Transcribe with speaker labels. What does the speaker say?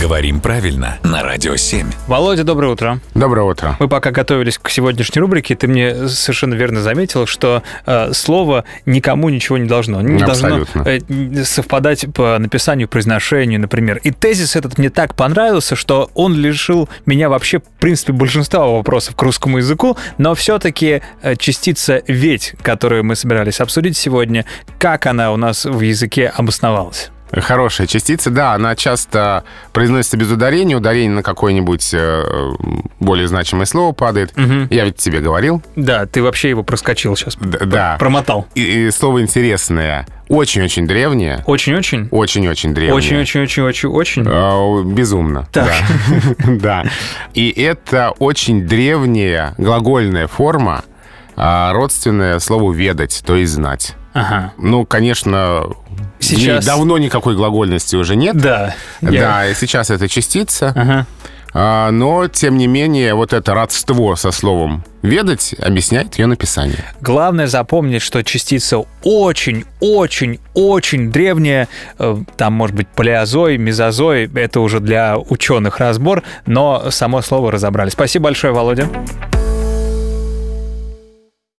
Speaker 1: Говорим правильно на Радио 7.
Speaker 2: Володя, доброе утро.
Speaker 3: Доброе утро.
Speaker 2: Мы пока готовились к сегодняшней рубрике, ты мне совершенно верно заметил, что э, слово никому ничего не должно. Не
Speaker 3: Абсолютно.
Speaker 2: должно э, н- совпадать по написанию, произношению, например. И тезис этот мне так понравился, что он лишил меня вообще, в принципе, большинства вопросов к русскому языку, но все-таки частица «ведь», которую мы собирались обсудить сегодня, как она у нас в языке обосновалась.
Speaker 3: Хорошая частица, да, она часто произносится без ударения, ударение на какое-нибудь э, более значимое слово падает.
Speaker 2: Мгм.
Speaker 3: Я ведь тебе говорил.
Speaker 2: Да, ты вообще его проскочил сейчас.
Speaker 3: Д- да.
Speaker 2: Промотал.
Speaker 3: И, и слово интересное, очень-очень древнее,
Speaker 2: Очень-очень.
Speaker 3: очень-очень древнее.
Speaker 2: Очень-очень-очень-очень-очень.
Speaker 3: Э, Безумно.
Speaker 2: Так.
Speaker 3: Да. Да. И это очень древняя глагольная форма, а, родственная слову «ведать», то есть «знать».
Speaker 2: Ага.
Speaker 3: Ну, конечно, в ней
Speaker 2: Сейчас.
Speaker 3: давно никакой глагольности уже нет.
Speaker 2: Да. я-
Speaker 3: Да, и сейчас это частица.
Speaker 2: Ага.
Speaker 3: А, но, тем не менее, вот это родство со словом «ведать» объясняет ее написание.
Speaker 2: Главное запомнить, что частица очень-очень-очень древняя, э, там может быть палеозой, мезозой, это уже для ученых разбор, но само слово разобрали. Спасибо большое, Володя.